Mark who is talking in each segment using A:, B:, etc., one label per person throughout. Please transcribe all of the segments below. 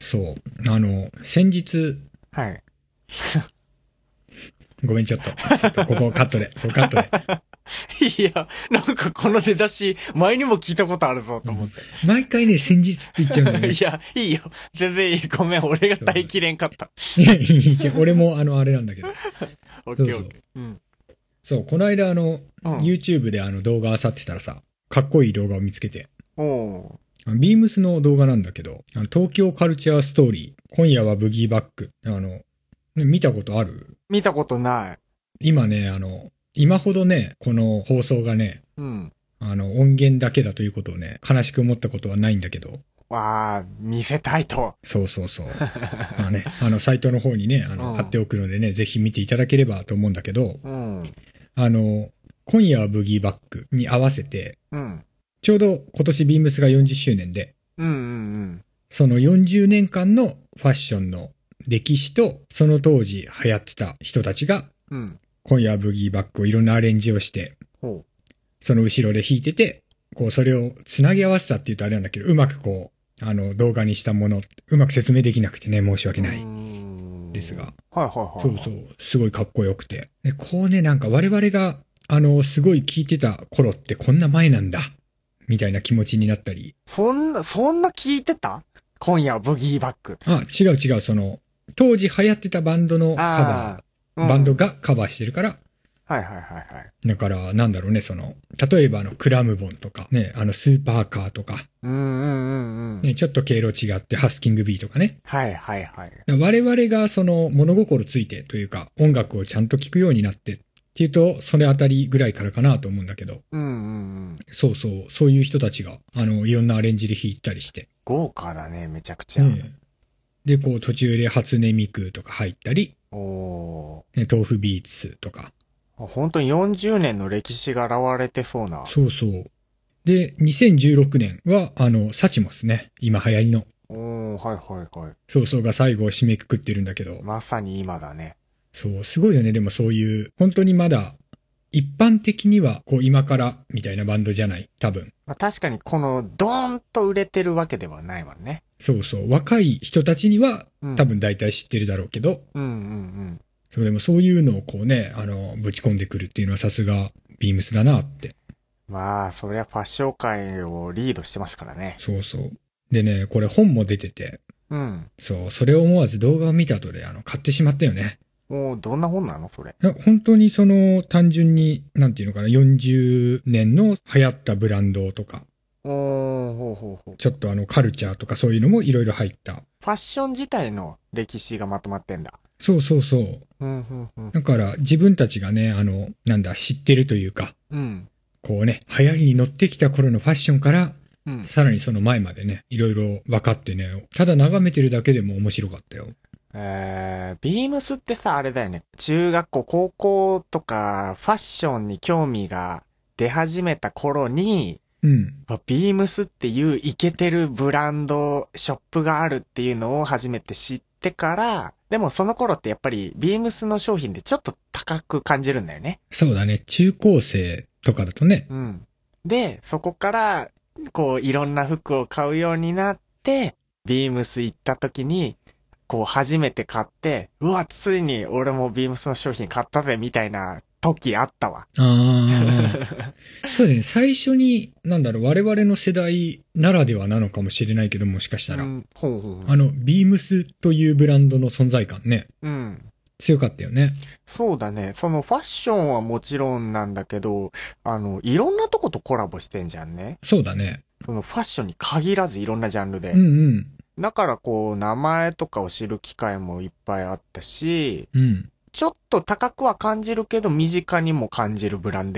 A: そう。あの、先日、
B: はい。
A: ごめん、ちょっと。ちょっとここカットで。ここカットで。
B: いや、なんかこの出だし、前にも聞いたことあるぞと思って。
A: 毎回ね、先日って言っちゃうんだよね
B: い。や、いいよ。全然いい。ごめん。俺が耐えきれんかった。
A: いやいいじゃん俺も、あの、あれなんだけど。
B: オッケ
A: そうそ
B: ーオ
A: う
B: ッケー。うん。
A: そう、この間、あの、
B: うん。
A: YouTube であの動画あさってたらさ、かっこいい動画を見つけて、
B: おう
A: あのビームスの動画なんだけど、あの東京カルチャーストーリー、今夜はブギーバック。あの、ね見たことある
B: 見たことない。
A: 今ね、あの、今ほどね、この放送がね、
B: うん。
A: あの、音源だけだということをね、悲しく思ったことはないんだけど、
B: わあ、見せたいと。
A: そうそうそう。 まあね、あの、サイトの方にね、あの、
B: うん
A: 貼っておくのでね、ぜひ見ていただければと思うんだけど、
B: うん。
A: あの、今夜はブギーバックに合わせて、
B: うん。
A: ちょうど今年ビームスが40周年で、
B: うんうん
A: その40年間のファッションの歴史と、その当時流行ってた人たちが、
B: うん。うん。
A: 今夜はブギーバックをいろんなアレンジをして、
B: ほ
A: その後ろで弾いてて、こう、それを繋ぎ合わせたっていうとあれなんだけど、うまくこう、あの、動画にしたもの、うまく説明できなくてね、申し
B: う。
A: 訳な
B: う
A: い
B: ん
A: ですが。。
B: はいはいはい。
A: そうそう。、すごいかっこよくて。で、こうね、なんか我々が、あの、すごい聞いてた頃ってこんな前なんだ。みたいな気持ちになったり。
B: そんな、そんな聞いてた今夜はブギーバック。
A: あ、違う違う、その、当時流行ってたバンドのカバ
B: ああ
A: ー、バンド
B: うん
A: がカバーしてるから、
B: はいはいはいはい。
A: だから、なんだろうね、その、例えばあの、クラムボンとか、ね、あの、スーパーカーとか、
B: うんうんうんうん。
A: ね、ちょっと経路違って、ハスキングビーとかね。
B: はいはいはい。
A: だから我々がその、物心ついてというか、音楽をちゃんと聴くようになって、っていうと、それあたりぐらいからかなと思うんだけど。
B: うんうんうん。
A: そうそう、そういう人たちが、あの、いろんなアレンジで弾いたりして。
B: 豪華だね、めちゃくちゃ。
A: ねで、こう、途中で初音ミクとか入ったり、
B: お
A: ね、豆腐ビーツとか。
B: お。本当に40年の歴史が現れてそうな。
A: そうそう。で、2016年は、あの、サチモスね。今流行りの。
B: おー、はいはいはい。
A: そうそうが最後を締めくくってるんだけど。
B: まさに今だね。
A: そう、すごいよね。でもそういう、本当にまだ、一般的には、こう、今から、みたいなバンドじゃない。多分。
B: まあ、確かにこのドーンと売れてるわけではないわね。
A: そうそう。若い人たちには、
B: うん
A: 多。分大体知ってるだろうけど、
B: うんうん
A: そう、でもそういうのをこうね、あの、ぶち込んでくるっていうのはさすが、ビームスだなって。
B: うん。まあ、そりゃファッション界をリードしてますからね。
A: そうそう。でね、これ本も出てて、
B: うん。
A: そう、それを思わず動画を見た後で、あの、買ってしまったよね。
B: おー、どんな本なのそれ。
A: いや本当にその、単純に、なんていうのかな、40年の流行ったブランドとか、
B: おー、ほうほうほう。
A: ちょっとあの、カルチャーとかそういうのもいろいろ入った。
B: ファッション自体の歴史がまとまってんだ。
A: そうそうそう。
B: うん、うん、うん。
A: だから、自分たちがね、あの、なんだ、知ってるというか、
B: うん。
A: こうね、流行りに乗ってきた頃のファッションから、
B: うん。
A: さらにその前までね、いろいろ分かってね、ただ眺めてるだけでも面白かったよ。
B: えー、ビームスってさ、あれだよね。中学校、高校とか、ファッションに興味が出始めた頃に、
A: うん。
B: まあビームスっていうイケてるブランド、ショップがあるっていうのを初めて知ってから、でもその頃ってやっぱりビームスの商品でちょっと高く感じるんだよね。
A: そうだね、中高生とかだとね、
B: うん。で、そこから、こう、いろんな服を買うようになって、ビームス行った時に、こう、初めて買って、うわ、ついに俺もビームスの商品買ったぜ、みたいな時あったわ。
A: ああ、 そうだね、最初に、なんだろう、我々の世代ならではなのかもしれないけど、もしかしたら、
B: うん、ほうほうほ
A: あ
B: う。
A: の、ビームスというブランドの存在感ね、
B: うん。
A: 強かったよね。
B: そうだね。そのファッションはもちろんなんだけど、あの、いろんなとことコラボしてんじゃんね。
A: そうだね。
B: そのファッションに限らずいろんなジャンルで。
A: うんうん。
B: だからこう、名前とかを知る機会もいっぱいあったし、
A: うん。
B: ちょっと高くは感じるけど、身近にも感じるブラン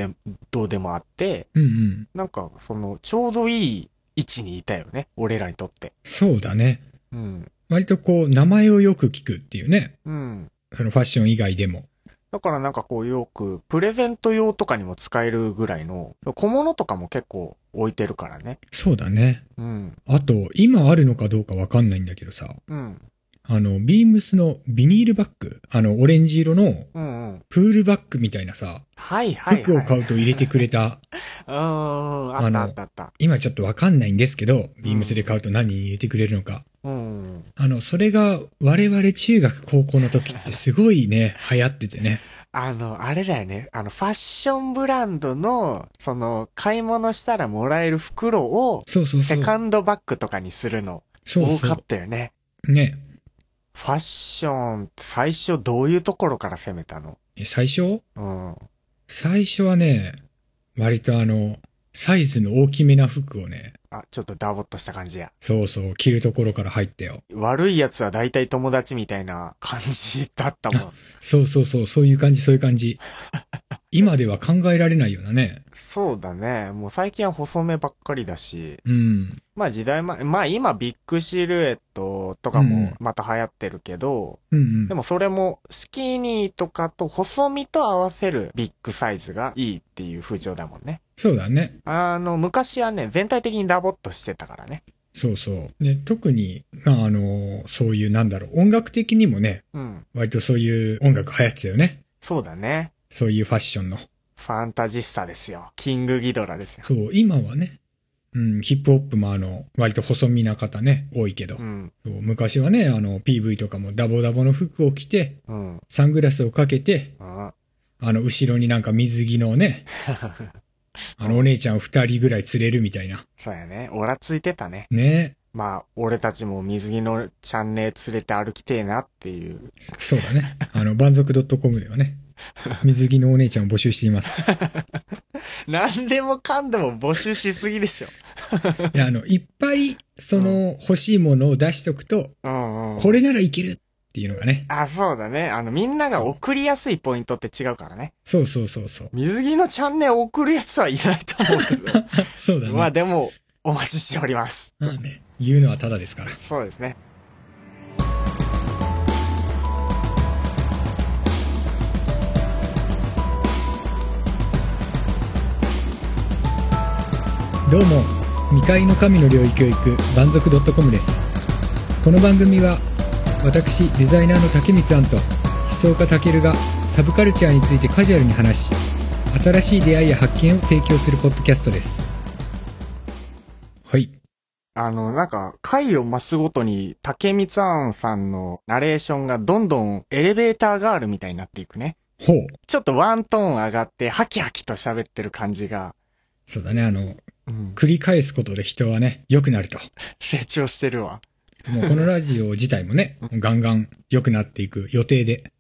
B: ドでもあって、
A: うんうん。
B: なんか、その、ちょうどいい位置にいたよね。俺らにとって。
A: そうだね。
B: うん。
A: 割とこう、名前をよく聞くっていうね。
B: うん。
A: そのファッション以外でも。
B: だからなんかこう、よく、プレゼント用とかにも使えるぐらいの、小物とかも結構置いてるからね。
A: そうだね。
B: うん。
A: あと、今あるのかどうかわかんないんだけどさ、
B: うん。
A: あの、ビームスのビニールバッグ、あの、オレンジ色の
B: うんうん。
A: プールバッグみたいなさ、
B: はいはい、はい。
A: 服を買うと入れてくれた、
B: うーん。あったあったあった。
A: 今ちょっとわかんないんですけど、ビームスで買うと何に入れてくれるのか。
B: うん。
A: ああの、それが我々中学高校の時ってすごいね、流行っててね。
B: あの、あれだよね。あの、ファッションブランドの、その、買い物したらもらえる袋を、
A: そうそうそ
B: セ
A: う。
B: カンドバッグとかにするの、
A: そう
B: 多
A: そ
B: かったよね。
A: う。ね。
B: ファッションって最初どういうところから攻めたの
A: え最初
B: うん。
A: 最初はね、割とあの、サイズの大きめな服をね、
B: あ、ちょっとダボっとした感じや。
A: そうそう、着るところから入ったよ。
B: 悪い奴は大体友達みたいな感じだっ たもん。
A: そうそうそう、そういう感じ、そういう感じ。今では考えられないようなね。
B: そうだね。もう最近は細めばっかりだし。
A: うん。
B: まあ時代前、まあ今ビッグシルエットとか
A: う
B: も
A: ん
B: また流行ってるけど、
A: うんうん
B: で。もそれもスキニーとかと細身と合わせるビッグサイズがいいっていう風潮だもんね。
A: そうだね。
B: あの、昔はね、全体的にダボっとしてたからね。
A: そうそう。ね、特に、まあ、あの、そういう、なんだろう、音楽的にもね、
B: うん。
A: 割とそういう音楽流行ってたよね。
B: そうだね。
A: そういうファッションの。
B: ファンタジスタですよ。キングギドラですよ。
A: そう、今はね、うん、ヒップホップもあの、割と細身な方ね、多いけど、
B: うん。
A: そう昔はね、あの、PV とかもダボダボの服を着て、
B: うん。
A: サングラスをかけて、
B: うん。
A: あの、後ろになんか水着の ね、あの、お姉ちゃんを二人ぐらい連れるみたいな。
B: そうやね。オラついてたね。
A: ね
B: まあ、俺たちも水着のチャンネル連れて歩きてえなっていう。
A: そうだね。あの、万族 .com ではね、水着のお姉ちゃんを募集しています。
B: 何でもかんでも募集しすぎでしょ。
A: いや、あの、いっぱい、その、欲しいものを出しとくと、
B: うんうん。
A: これならいけるっていうのがね。
B: あ、そうだね。あの、みんなが送りやすいポイントって違うからね。
A: そうそうそうそう。
B: 水着のチャンネル送るやつはいないと思う けど。
A: そうだね。
B: まあでも、お待ちしております。
A: まあね、言うのはただですから。
B: そうですね。
A: どうも、未開の神の領域を行く満足 .com です。この番組は、私、デザイナーの竹光庵と、思想家たけるがサブカルチャーについてカジュアルに話し、新しい出会いや発見を提供するポッドキャストです。はい。
B: あの、なんか、回を増すごとに、竹光庵さんのナレーションがどんどんエレベーターガールみたいになっていくね。
A: ほう。
B: ちょっとワントーン上がって、ハキハキと喋ってる感じが、
A: そうだね、あの、
B: うん、
A: 繰り返すことで人はね、良くなると。
B: 成長してるわ。
A: もうこのラジオ自体もね、ガンガン良くなっていく予定で。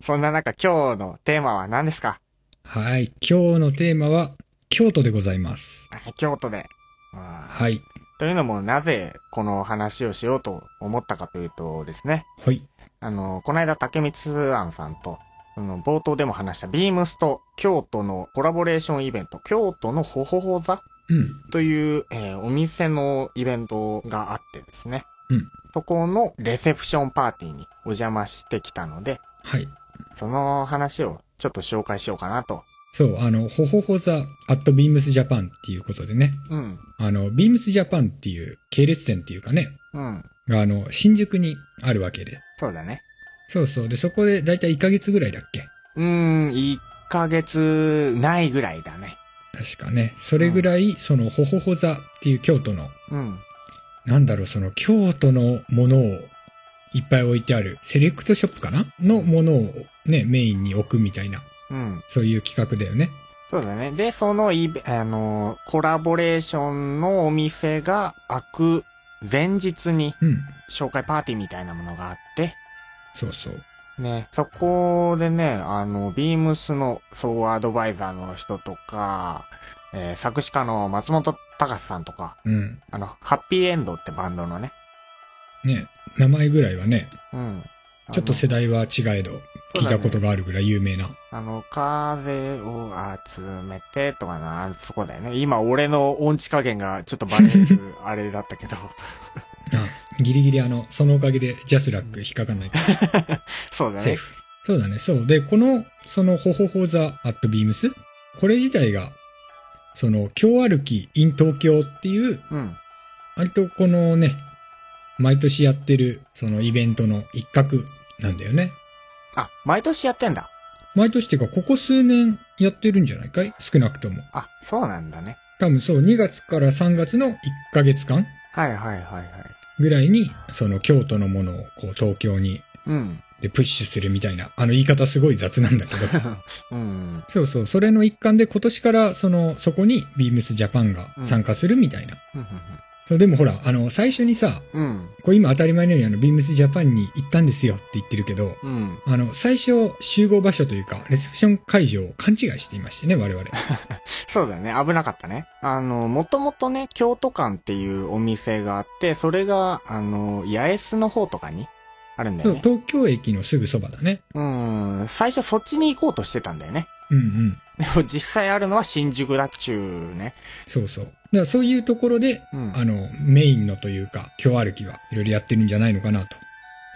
B: そんな中、今日のテーマは何ですか
A: はい。今日のテーマは、京都でございます。
B: あ京都で。あー
A: はい。
B: というのも、なぜこの話をしようと思ったかというとですね、
A: はい。
B: あの、この間、竹光庵さんと、あの、冒頭でも話したビームスと京都のコラボレーションイベント、京都のほほほ座
A: うん。
B: という、えーお店のイベントがあってですね。
A: うん
B: そこのレセプションパーティーにお邪魔してきたので、
A: はい。
B: その話をちょっと紹介しようかなと。
A: そう、あの、ほほほザ・アット・ビームス・ジャパンっていうことでね、
B: うん。
A: あの、ビームス・ジャパンっていう系列店っていうかね、
B: うん。
A: があの、新宿にあるわけで。
B: そうだね。
A: そうそう。で、そこでだいたい1ヶ月ぐらいだっけ
B: うーん、1ヶ月ないぐらいだね。
A: 確かね。それぐらい、その、ほほほザっていう京都の、
B: うん。
A: なんだろう、その、京都のものをいっぱい置いてある、セレクトショップかなのものをね、メインに置くみたいな、
B: うん。
A: そういう企画だよね。
B: そうだね。で、そのイベ、あの、コラボレーションのお店が開く前日に
A: うん。
B: 紹介パーティーみたいなものがあって、
A: そうそう。
B: ね、そこでね、あの、ビームスの総合アドバイザーの人とか、えー作詞家の松本隆さんとか、
A: うん。
B: あの、ハッピーエンドってバンドのね。
A: ね、名前ぐらいはね、
B: うん。
A: ちょっと世
B: 代
A: 代は違えど、聞いたことがあるぐらい有名な。
B: あの、風を集めてとかな、あそこだよね。今、俺の音痴加減がちょっとバレるあれだっ たけど、
A: あギリギリあの、そのおかげでジャスラック引っかかんないから、
B: そうだ
A: セー
B: ね。
A: フ。そうだね、そう。で、この、その、ほほほザ・アット・ビームスこれ自体が、その、京歩き in 東京っていう、
B: うん。
A: 割とこのね、毎年やってる、そのイベントの一角なんだよね。
B: あ、毎年やってんだ。
A: 毎年っていうか、ここ数年やってるんじゃないかい少なくとも。
B: あ、そうなんだね。
A: 多分そう、2月から3月の1ヶ月間
B: はいはいはいはい。
A: ぐらいに、その京都のものをこう東京に、
B: うん。
A: でプッシュするみたいな、あの言い方すごい雑なんだけど。
B: うん。
A: そうそう、それの一環で今年からその、そこにビームスジャパンが参加するみたいな。
B: うん
A: そうでもほら、あの、最初にさ、
B: うん。
A: こう今当たり前のようにあの、ビームスジャパンに行ったんですよって言ってるけど、
B: うん。
A: あの、最初、集合場所というか、レセプション会場を勘違いしていましてね、我々。
B: そうだよね。危なかったね。あの、もともとね、京都館っていうお店があって、それが、あの、八重洲の方とかにあるんだ
A: そう
B: よね。
A: 東京駅のすぐそばだね。
B: うん。最初そっちに行こうとしてたんだよね。
A: うんうん。
B: でも実際あるのは新宿だっちゅうね。
A: そうそう。だからそういうところで、
B: うん。
A: あの、メインのというか、今日歩きはいろいろやってるんじゃないのかなと。で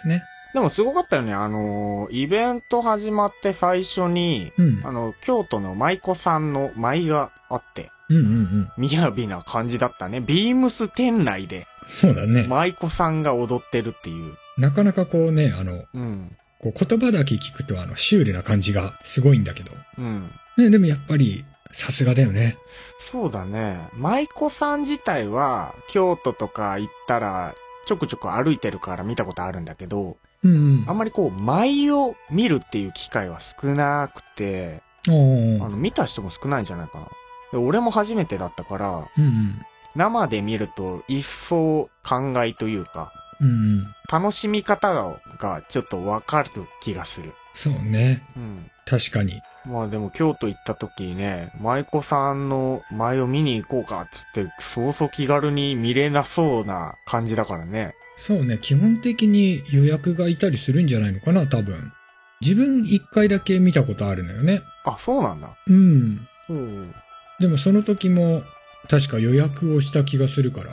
A: すね。
B: でもすごかったよね。あの、イベント始まって最初に、
A: うん。
B: あの、京都の舞妓さんの舞があって、
A: うんうんうん。
B: 雅な感じだったね。ビームス店内で
A: そうだね。
B: 舞妓さんが踊ってるっていう。
A: なかなかこうね、あの、
B: うん。
A: こう言葉だけ聞くとあの、シュールな感じがすごいんだけど。
B: うん。
A: ね、でもやっぱり、さすがだよね。
B: そうだね。舞妓さん自体は、京都とか行ったら、ちょくちょく歩いてるから見たことあるんだけど、
A: うんうん。
B: あんまりこう、舞を見るっていう機会は少なくて、
A: おー
B: あの、見た人も少ないんじゃないかな。で俺も初めてだったから、
A: うんうん。
B: 生で見ると一層感慨というか、
A: うんうん。
B: 楽しみ方ががちょっとわかる気がする。
A: そうね。
B: うん。
A: 確かに。
B: まあでも京都行った時にね、舞妓さんの舞を見に行こうかっつって、そうそう気軽に見れなそうな感じだからね。
A: そうね、基本的に予約がいたりするんじゃないのかな、多分。自分一回だけ見たことあるのよね。
B: あ、そうなんだ。
A: うん。
B: うん。
A: でもその時も、確か予約をした気がするから。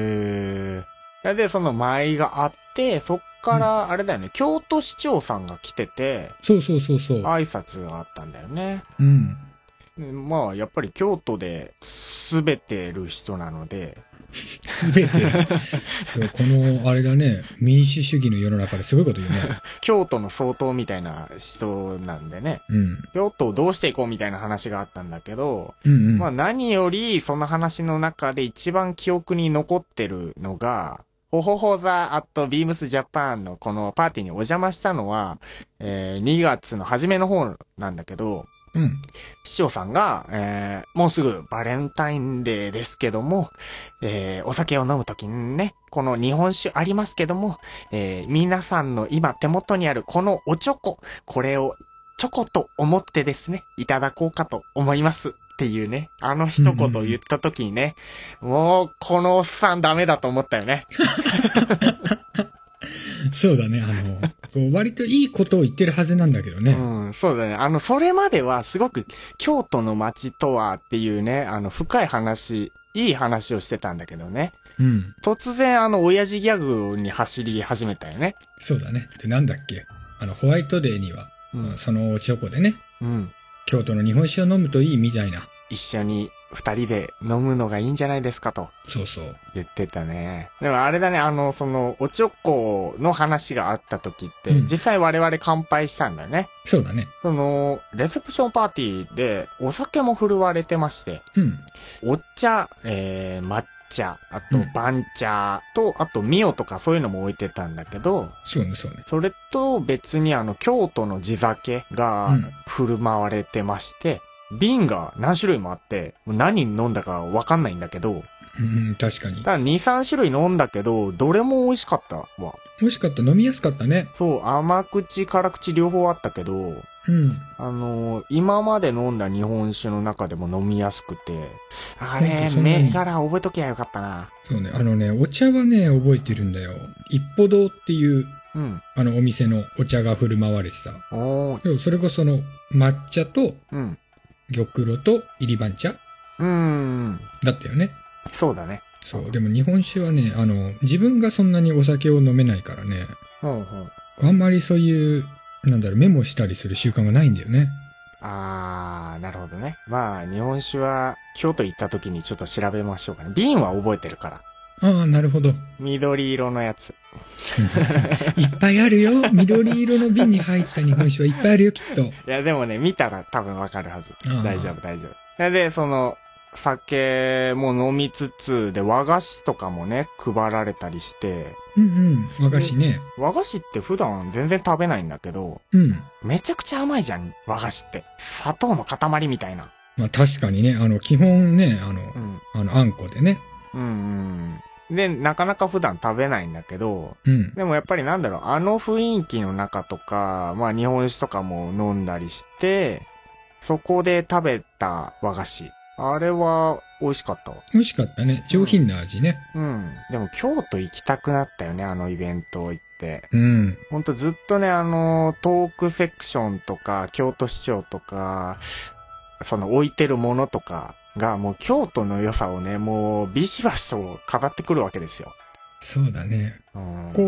B: へえ。で、その舞があって、そっから、あれだよね、京都市長さんが来てて、
A: そうそうそうそう。
B: 挨拶があったんだよね。
A: うん。
B: うんまあ、やっぱり京都で滑ってる人なので、
A: すべて。 そう、この、あれだね、民主主義の世の中ですごいこと言うね。
B: 京都の総統みたいな人なんでね、
A: うん。
B: 京都をどうしていこうみたいな話があったんだけど、
A: うんうん。
B: まあ何よりその話の中で一番記憶に残ってるのが、ほほほザアットビームスジャパンのこのパーティーにお邪魔したのは、えー2月の初めの方なんだけど、
A: うん。
B: 市長さんが、えーもうすぐバレンタインデーですけども、えーお酒を飲むときにね、この日本酒ありますけども、えー皆さんの今手元にあるこのおチョコ、これをチョコと思ってですね、いただこうかと思います。っていうね、あの一言を言ったときにね、もう、このおっさんダメだと思ったよね。
A: そうだね、あの、 こう割といいことを言ってるはずなんだけどね。
B: うん、そうだね。あの、それまではすごく京都の街とはっていうね、あの、深い話、いい話をしてたんだけどね。
A: うん。
B: 突然あの親父ギャグに走り始めたよね。
A: そうだね。で、なんだっけ。あの、ホワイトデーには、
B: う
A: まあ。そのチョコでね、
B: うん。
A: 京都の日本酒を飲むといいみたいな。
B: 一緒に二人で飲むのがいいんじゃないですかと
A: そうそう。
B: 言ってたね。でもあれだね、あの、その、おちょこの話があった時って、
A: うん
B: 実際我々乾杯したんだよね。
A: そうだね。
B: その、レセプションパーティーでお酒も振るわれてまして、
A: うん。
B: お茶、えー、抹茶、あと
A: うん
B: 番茶と、あとミオとかそういうのも置いてたんだけど、
A: そうね、そうね。
B: それと別にあの、京都の地酒が
A: うん
B: 振る舞われてまして、瓶が何種類もあって、もう何飲んだかわかんないんだけど、
A: うん、うん確かに。
B: ただ2、3種類飲んだけど、どれも美味しかったわ。
A: 美味しかった。飲みやすかったね。
B: そう、甘口、辛口両方あったけど、
A: うん。
B: あのー今まで飲んだ日本酒の中でも飲みやすくて、
A: ほ
B: あ
A: ん
B: れ
A: と、そんなに
B: 銘柄覚えときゃよかったな。
A: そうね。あのね、お茶はね、覚えてるんだよ。一歩堂っていう、
B: うん。
A: あの、お店のお茶が振る舞われてた。
B: おー、
A: でも、それこその、抹茶と、
B: うん。
A: 玉露と、入り番茶
B: うーん。
A: だったよね。
B: そうだね。
A: そう。でも、日本酒はね、あの、自分がそんなにお酒を飲めないからね、
B: うんうん。
A: あんまりそういう、なんだろう、メモしたりする習慣がないんだよね。
B: あー、なるほどね。まあ、日本酒は、京都行った時にちょっと調べましょうかね。瓶は覚えてるから。
A: ああ、なるほど。
B: 緑色のやつ。
A: いっぱいあるよ。緑色の瓶に入った日本酒はいっぱいあるよ、きっと。
B: いや、でもね、見たら多分わかるはず
A: あー。
B: 大丈夫、大丈夫。で、その、酒も飲みつつ、で、和菓子とかもね、配られたりして、
A: うんうん。和菓子ね。
B: 和菓子って普段全然食べないんだけど、
A: うん。
B: めちゃくちゃ甘いじゃん、和菓子って。砂糖の塊みたいな。
A: まあ確かにね、あの、基本ね、あの
B: う、ん。
A: あの、あんこでね。
B: うんうん。で、なかなか普段食べないんだけど、
A: うん。
B: でもやっぱりなんだろう、あの雰囲気の中とか、まあ日本酒とかも飲んだりして、そこで食べた和菓子。あれは美味しかったわ。
A: 美味しかったね。上品な味ね。
B: うん。でも京都行きたくなったよね、あのイベント行って。
A: うん。
B: ほんとずっとね、あの、トークセクションとか、京都市長とか、その置いてるものとかが、もう京都の良さをね、もうビシバシと語ってくるわけですよ。
A: そうだね。
B: うん。
A: こ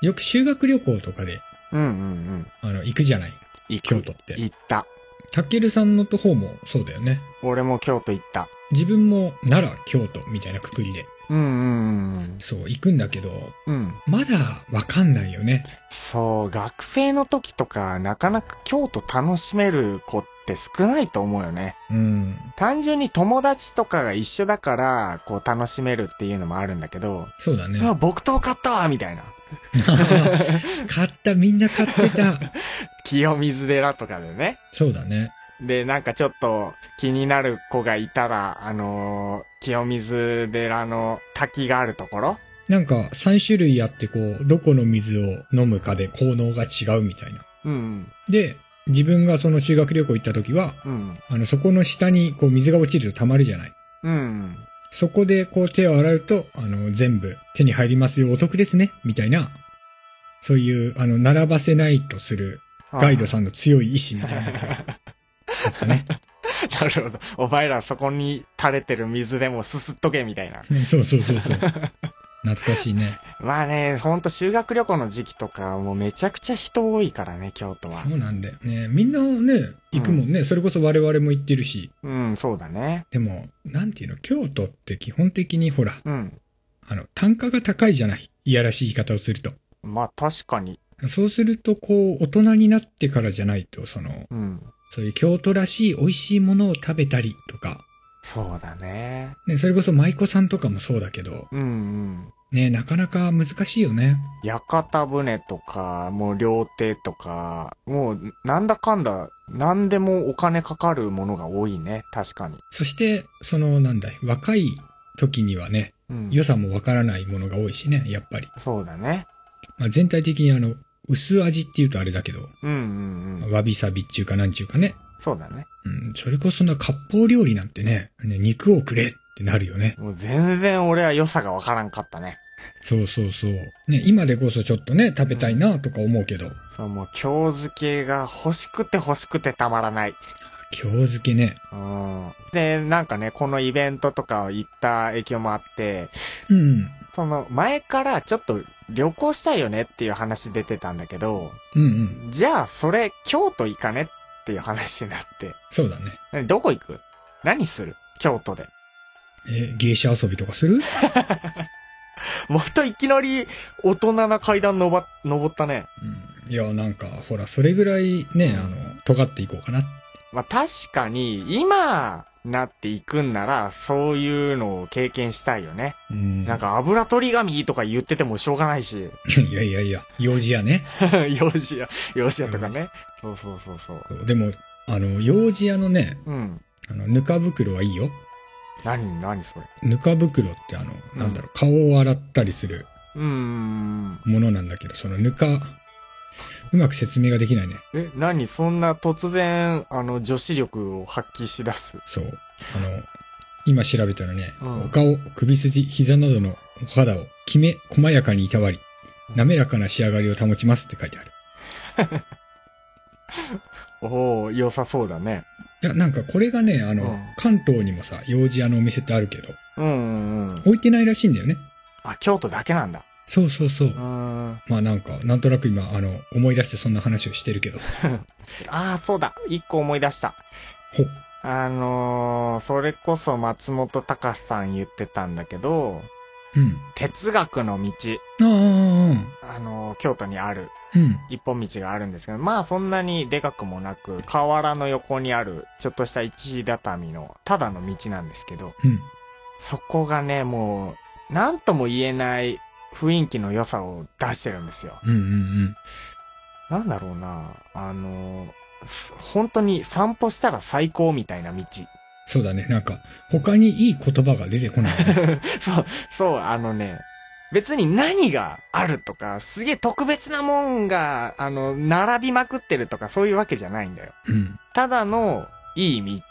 A: う、よく修学旅行とかで、
B: うんうんうん。
A: あの、行くじゃない。
B: 行く
A: 京都って。
B: 行った。
A: たけるさんのと方もそうだよね。
B: 俺も京都行った。
A: 自分も奈良、京都みたいなくくりで、
B: うんうん
A: そう、行くんだけど、
B: うん。うん。
A: まだわかんないよね。
B: そう、学生の時とか、なかなか京都楽しめる子って少ないと思うよね。
A: うん。
B: 単純に友達とかが一緒だから、こう楽しめるっていうのもあるんだけど、
A: そうだね
B: う。わ、木刀買ったわみたいな。
A: 買った、みんな買ってた。
B: 清水寺とかでね。
A: そうだね。
B: で、なんかちょっと気になる子がいたら、あのー清水寺の滝があるところ
A: なんか3種類あってこう、どこの水を飲むかで効能が違うみたいな。
B: うん、
A: で、自分がその修学旅行行った時は、
B: うん、
A: あの、そこの下にこう水が落ちると溜まるじゃない。
B: うん。
A: そこでこう手を洗うと、あの、全部手に入りますよ、お得ですね、みたいな。そういう、あの、並ばせないとするガイドさんの強い意志みたいなやつ が。あったね。
B: なるほど。お前らそこに垂れてる水でもすすっとけみたいな。
A: うんそうそうそうそう。懐かしいね。
B: まあね、ほんと修学旅行の時期とか、もうめちゃくちゃ人多いからね、京都は
A: そ。うなんだよね。みんなね、行くもんね。それこそ我々も行ってるし。
B: うん、そうだね。
A: でも、なんていうの、京都って基本的にほら、
B: うん。
A: あの、単価が高いじゃない。いやらしい言い方をすると。
B: まあ確かに。
A: そうすると、こう、大人になってからじゃないと、その、
B: うん。
A: そういう京都らしい美味しいものを食べたりとか、
B: そうだね。
A: ね、それこそ舞妓さんとかもそうだけど、
B: うんうん。
A: ね、なかなか難しいよね。
B: 屋形船とか、もう料亭とか、もうなんだかんだ、なんでもお金かかるものが多いね、確かに。
A: そして、その、なんだい、若い時にはね、
B: うん。
A: 良さもわからないものが多いしね、やっぱり。
B: そうだね。
A: まあ、全体的にあの、薄味って言うとあれだけど、
B: うんうんうん。
A: わびさびっちゅうかなんちゅうかね。
B: そうだね。
A: うん、それこそな、割烹料理なんてね、ね肉をくれってなるよね。
B: もう全然俺は良さがわからんかったね。
A: そうそうそう。ね、今でこそちょっとね、食べたいなとか思うけど、
B: そう、もう、京漬けが欲しくて欲しくてたまらない。
A: 京漬けね。
B: うん。で、なんかね、このイベントとかを行った影響もあって、
A: うん、
B: その、前からちょっと旅行したいよねっていう話出てたんだけど、
A: うんうん。
B: じゃあ、それ、京都行かねっていう話になって。
A: そうだね。
B: 何どこ行く何する京都で。
A: え、芸者遊びとかする
B: もっといきなり、大人な階段のば、登ったね。
A: うん。いや、なんか、ほら、それぐらいね、あの、尖っていこうかな。
B: まあ、確かに、今、なっていくんなら、そういうのを経験したいよね。
A: うん。
B: なんか油取り紙とか言っててもしょうがない し、
A: いやいやいや、用事やね。
B: 幼児や、幼児やとかね。そうそうそうそう。
A: そうでも、あの、用事屋のね、
B: うん。
A: あの、ぬか袋はいいよ。
B: 何、何それ。
A: ぬか袋ってあの、なんだろう、顔を洗ったりする
B: うーん。
A: ものなんだけど、そのぬか、うまく説明ができないね。
B: え、何そんな突然、あの、女子力を発揮しだす。
A: そう。あの、今調べたらね、
B: うん
A: お顔、首筋、膝などのお肌をきめ、細やかにいたわり、滑らかな仕上がりを保ちますって書いてある。
B: おお良さそうだね。
A: いや、なんかこれがね、あの、
B: うん
A: 関東にもさ、用事屋のお店ってあるけど、
B: うんうんうん。
A: 置いてないらしいんだよね。
B: あ、京都だけなんだ。
A: そうそうそう。
B: うーん。
A: まあなんか、なんとなく今、あの、思い出してそんな話をしてるけど。
B: ああ、そうだ。一個思い出した。
A: ほ、
B: あのー、それこそ松本隆さん言ってたんだけど、
A: うん。
B: 哲学の道。
A: ああああ、ああ
B: あのー、京都にある
A: うん。
B: 一本道があるんですけど、まあそんなにでかくもなく、河原の横にある、ちょっとした一畳の、ただの道なんですけど、
A: うん。
B: そこがね、もう、なんとも言えない雰囲気の良さを出してるんですよ。
A: うん。うん。
B: なんだろうな、あの、す本当に散歩したら最高みたいな道。
A: そうだね。なんか、他にいい言葉が出てこない、 ね。
B: そう、そう、あのね、別に何があるとか、すげえ特別なもんが、あの、並びまくってるとか、そういうわけじゃないんだよ。
A: うん。
B: ただの、いい道、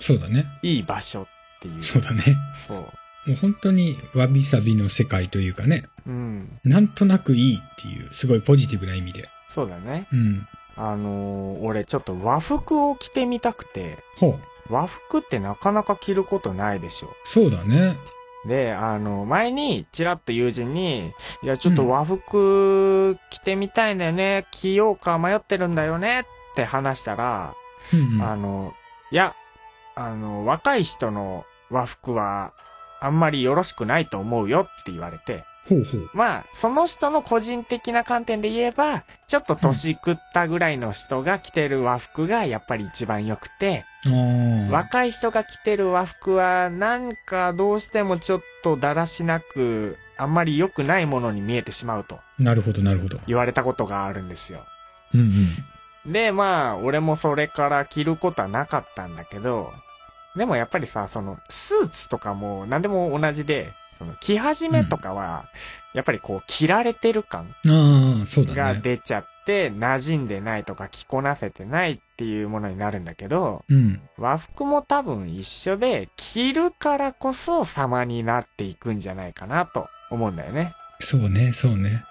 A: そうだね。
B: いい場所っ ていう。
A: そうだね。
B: そう。
A: もう本当に、わびさびの世界というかね。
B: うん。
A: なんとなくいいっていう、すごいポジティブな意味で。
B: そうだね。
A: うん。
B: あのー俺ちょっと和服を着てみたくて、
A: ほう。
B: 和服ってなかなか着ることないでしょ。
A: そうだね。
B: で、あの、前に、ちらっと友人に、いや、ちょっと和服着てみたいんだよね、着ようか迷ってるんだよねって話したら、
A: うん、
B: あの、いや、あの、若い人の和服は、あんまりよろしくないと思うよって言われて、
A: うん。ほうほう。
B: まあ、その人の個人的な観点で言えば、ちょっと年食ったぐらいの人が着てる和服がやっぱり一番良くて、
A: ああ。
B: 若い人が着てる和服は、なんかどうしてもちょっとだらしなく、あんまり良くないものに見えてしまうと
A: なるほど、なるほど。
B: 言われたことがあるんですよ。
A: うんうん。
B: で、まあ、俺もそれから着ることはなかったんだけど、でもやっぱりさ、その、スーツとかも何でも同じで、その、着始めとかは、やっぱりこう、着られてる感
A: ああ、そうだ
B: が
A: ね。
B: 出ちゃって、馴染んでないとか着こなせてないっていうものになるんだけど、
A: うん。
B: 和服も多分一緒で、着るからこそ様になっていくんじゃないかなと思うんだよね。
A: そうね、そうね。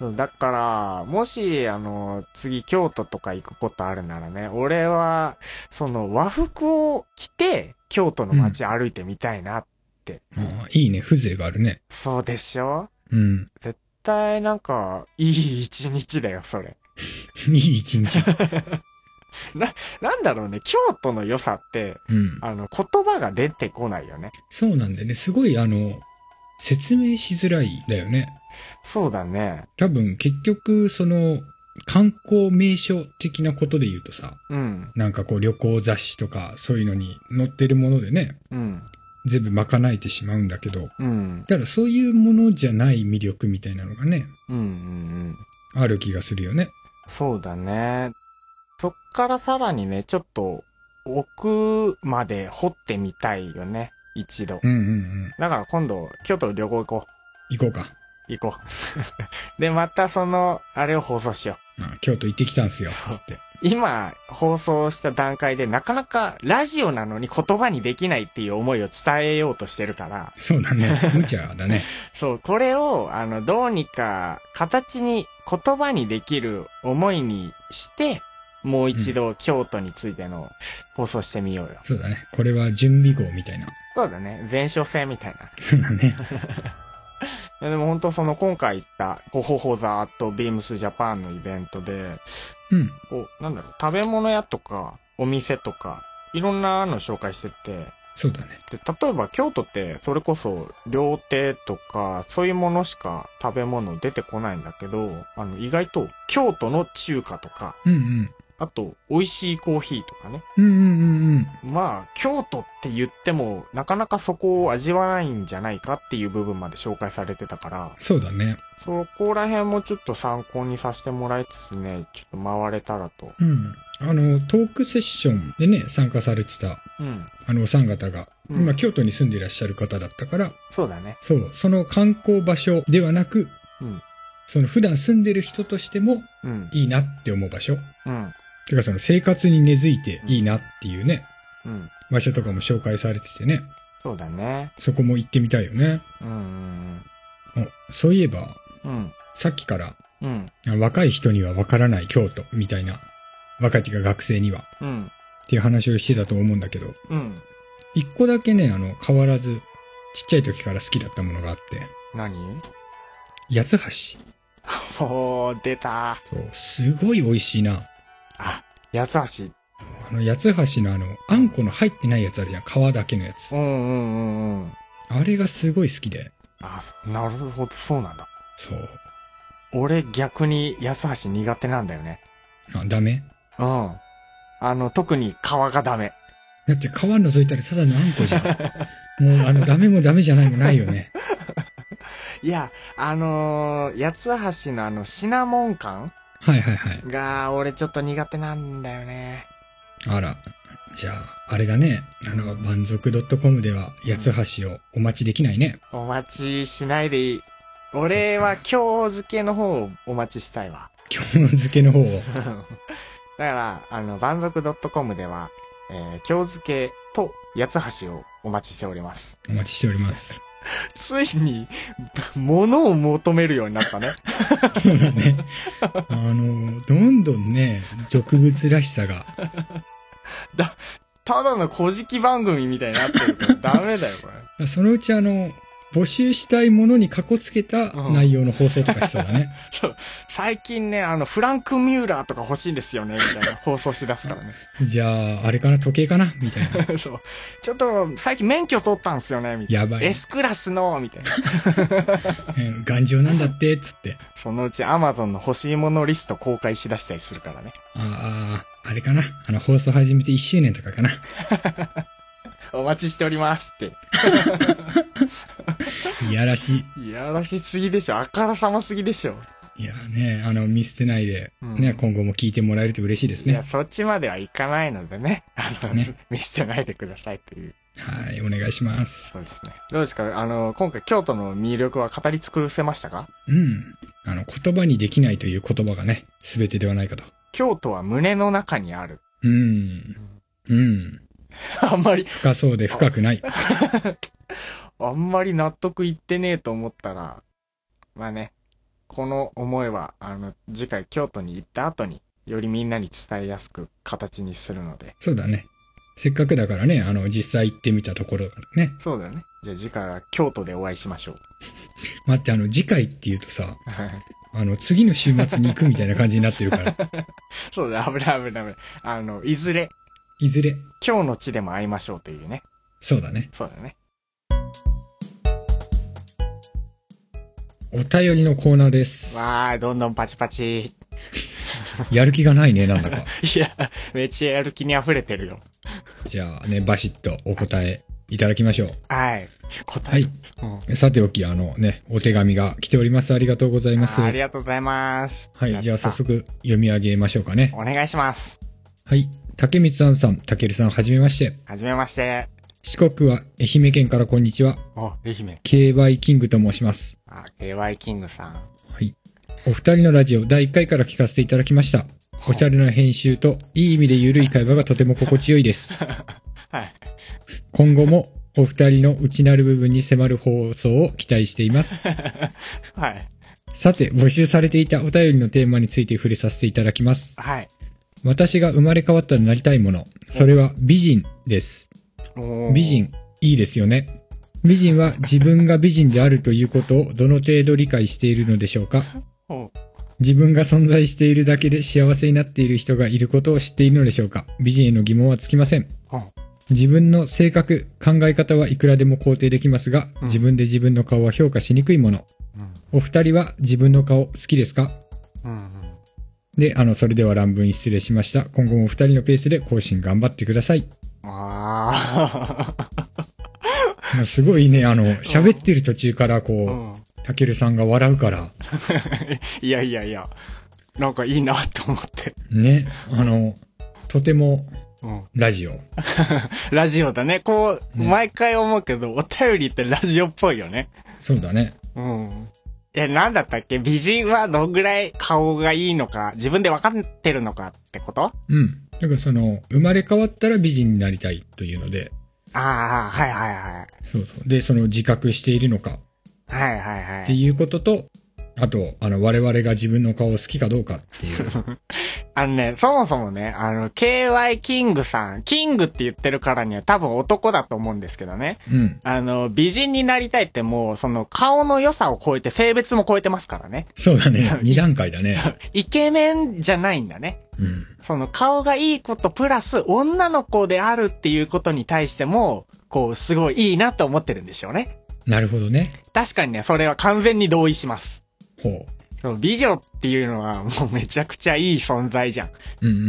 B: そうだから、もし、あの、次京都とか行くことあるならね、俺は、その和服を着て、京都の街歩いてみたいな。
A: ああ、いいね。風情があるね。
B: そうでしょ
A: うん。
B: 絶対なんか、いい一日だよ、それ。
A: いい一日。
B: なんだろうね、京都の良さって、
A: うん。
B: あの、言葉が出てこないよね。
A: そうなんでね、すごいあの、説明しづらいだよね。
B: そうだね。
A: 多分結局、その、観光名所的なことで言うとさ、
B: うん、
A: なんかこう旅行雑誌とかそういうのに載ってるものでね、
B: うん、
A: 全部賄えてしまうんだけど、
B: うん、うん、
A: だからそういうものじゃない魅力みたいなのがね、
B: うん、うん。
A: ある気がするよね。
B: そうだね。そっからさらにね、ちょっと奥まで掘ってみたいよね。一度。
A: うんうんうん。
B: だから今度、京都旅行行こ
A: 行こうか。
B: う。行こう。 で、またその、あれを放送しよう。
A: まあ、京都行ってきたんすよ、
B: そう
A: つって。
B: 今、放送した段階でなかなかラジオなのに言葉にできないっていう思いを伝えようとしてるから、
A: そう だね。無茶だね。
B: そう、これを、あの、どうにか形に言葉にできる思いにして、もう一度京都についての放送してみようよ。
A: そうだね。これは準備号みたいな。
B: そうだね。前哨戦みたいな。
A: そうだ ね。
B: いやでも本当その今回行った、ほほほざーっとビームスジャパンのイベントで、
A: うん。
B: こう、なんだろう、食べ物屋とか、お店とか、いろんなの紹介してて、
A: そうだね。
B: で、例えば京都って、それこそ、料亭とか、そういうものしか食べ物出てこないんだけど、あの、意外と、京都の中華とか、
A: うんうん。
B: あと、美味しいコーヒーとかね。
A: うんうんうんうん。
B: まあ、京都って言っても、なかなかそこを味わわないんじゃないかっていう部分まで紹介されてたから、
A: そうだね。
B: そこら辺もちょっと参考にさせてもらいつつね、ちょっと回れたらと。
A: うん。あの、トークセッションでね、参加されてた、
B: うん。
A: あの、お三方が、
B: うん
A: 今、京都に住んでいらっしゃる方だったから、
B: そうだね。
A: そう、その観光場所ではなく、
B: うん
A: その普段住んでる人としても
B: うん。
A: いいなって思う場所。
B: うん。
A: てか、その生活に根付いていいなっていうね、
B: うん。
A: 場所とかも紹介されててね、
B: そうだね。
A: そこも行ってみたいよね。
B: うん。
A: おそういえば、
B: うん。
A: さっきから、
B: うん。
A: 若い人にはわからない京都みたいな、若手が学生には
B: うん。
A: っていう話をしてたと思うんだけど、
B: うん。
A: 一個だけね、あの、変わらず、ちっちゃい時から好きだったものがあって、
B: 何
A: 八つ
B: おー、出た。
A: 橋。そう、すごい美味しいな。
B: あ、八つ
A: あの、八つ橋のあの、あんこの入ってないやつあるじゃん。皮だけのやつ
B: 橋。。うんうんうんうん。
A: あれがすごい好きで。
B: あ、なるほど、そうなんだ。
A: そう。
B: 俺逆に安橋苦手なんだよね。
A: あ、ダメ
B: うん。あの、特に皮がダメ。
A: だって皮覗いたらただのあんこ じゃん。もうあの、ダメもダメじゃないもないよね。
B: いや、あのー、八橋のあの、シナモン感
A: はいはいはい。
B: が、俺ちょっと苦手なんだよね。
A: あら。じゃあ、あれだね。あの、満足 .com では、八つ橋をお待ちできないね。
B: お待ちしないでいい。俺は今日付けの方をお待ちしたいわ。
A: 今日付けの方を。
B: だから、あの、万族 .com では、えー、今日付けと八橋をお待ちしております。
A: お待ちしております。
B: ついに、物を求めるようになったね。
A: そうだね。あの、どんどんね、俗物らしさが。
B: ただの古事記番組みたいになって るからダメだよ、これ。
A: そのうちあの、募集したいものにかこつけた内容の放送とかしそうだ ね。
B: 最近ね、あの、フランク・ミューラーとか欲しいんですよね、みたいな放送しだすからね。
A: じゃあ、あれかな時計かなみたいな。
B: そう。ちょっと、最近免許取ったんすよね、みたい
A: やば
B: な。
A: い
B: S クラスの、みたいな。
A: うん頑丈なんだって、つって。
B: そのうち Amazon の欲しいものリスト公開しだしたりするからね。
A: ああ、あれかなあの、放送始めて1周年とかかな。
B: お待ちしておりますって。
A: いやらし
B: いやらしすぎでしょ。あからさますぎでしょ。
A: い。いやね、あの、見捨てないで、
B: うん
A: ね、今後も聞いてもらえると嬉しいです
B: いや、
A: ね。
B: そっちまではいかないのでね。あの、
A: ね
B: 見捨てないでくださいという。
A: はい、お願いします。
B: そうですね。どうですかあの、今回京都の魅力は語り尽くせましたか
A: うん。あの、言葉にできないという言葉がね、全てではないかと。
B: 京都は胸の中にある。
A: うん。うん。
B: あんまり、
A: 深そうで深くない。
B: あんまり納得いってねえと思ったら、まあね、この思いは、あの、次回京都に行った後に、よりみんなに伝えやすく形にするので。
A: そうだね。せっかくだからね、あの、実際行ってみたところからね。
B: そうだよね。じゃあ次回は京都でお会いしましょう。
A: 待って、あの、次回って言うとさ、あの、次の週末に行くみたいな感じになってる から、
B: そうだ、危 ない危ない危ない。あの、いずれ、
A: いずれ、
B: 今日の地でも会いましょうというね。
A: そうだね。
B: そうだね。
A: お便りのコーナーです。
B: わー、どんどんパチパチ。
A: やる気がないね、なんだか。
B: いや、めっちゃやる気に溢れてるよ。
A: じゃあね、バシッとお答えいただきましょう。
B: はい。答
A: は
B: え。
A: い。
B: うん
A: さておき、あのね、お手紙が来ております。ありがとうございます。
B: ああり
A: は
B: がとうございます。
A: い。じゃあ早速読み上げましょうかね
B: お。願いします。
A: はい。竹光さんさん、竹るさん、はじめまして。
B: はじめまして。
A: 四国は愛媛県からこんにちは。
B: お、愛媛。
A: KY キングと申します。
B: あ、KY キングさん。
A: はい。お二人のラジオ第1回から聞かせていただきました。おしゃれな編集と、いい意味でゆるい会話がとても心地よいです。
B: はい。
A: 今後もお二人の内なる部分に迫る放送を期待しています。
B: はい。
A: さて、募集されていたお便りのテーマについて触れさせていただきます。
B: はい。
A: 私が生まれ変わったらなりたいもの。それは美人です。
B: おー
A: 美。人、いいですよね。美人は自分が美人であるということをどの程度理解しているのでしょうか
B: おう
A: 自分が存在しているだけで幸せになっている人がいることを知っているのでしょうか美人への疑問はつきません。
B: おう
A: 自分の性格、考え方はいくらでも肯定できますが、
B: うん
A: 自分で自分の顔は評価しにくいもの。
B: うん。
A: お二人は自分の顔好きですか
B: うんうん。
A: で、あの、それでは乱文失礼しました。今後もお二人のペースで更新頑張ってください。
B: あ
A: まあすごいね、あの、喋ってる途中からこ
B: ー。 う
A: う、
B: ん。
A: たけるさんが笑うから、
B: いやいやいや。なんかいいなと思って。
A: ね、あの、とても
B: うん。
A: ラジオ。
B: ラジオだね。こう、
A: ね
B: 毎回思うけど、お便りってラジオっぽいよね。
A: そうだね。
B: うん。え、なんだったっけ美人はどんぐらい顔がいいのか、自分で分かってるのかってことあ
A: うん。だからその、生まれ変わったら美人になりたいというので、
B: あー、はいはいはい。
A: そうそう。で、その自覚しているのか
B: はいはいはい。
A: っていうことと、あと、あの、我々が自分の顔を好きかどうかって いう。
B: あのね、そもそもね、あの、KY キングさん、キングって言ってるからには多分男だと思うんですけどね。
A: うん。
B: あの、美人になりたいってもう、その顔の良さを超えて性別も超えてますからね。
A: そうだね。二段階だね。
B: イケメンじゃないんだね。
A: うん。
B: その顔がいいことプラス女の子であるっていうことに対しても、こう、すごいいいなと思ってるんでしょうね。
A: なるほどね。
B: 確かにね、それは完全に同意します。
A: ほう。
B: その美女っていうのはもうめちゃくちゃいい存在じゃん。
A: うんうんう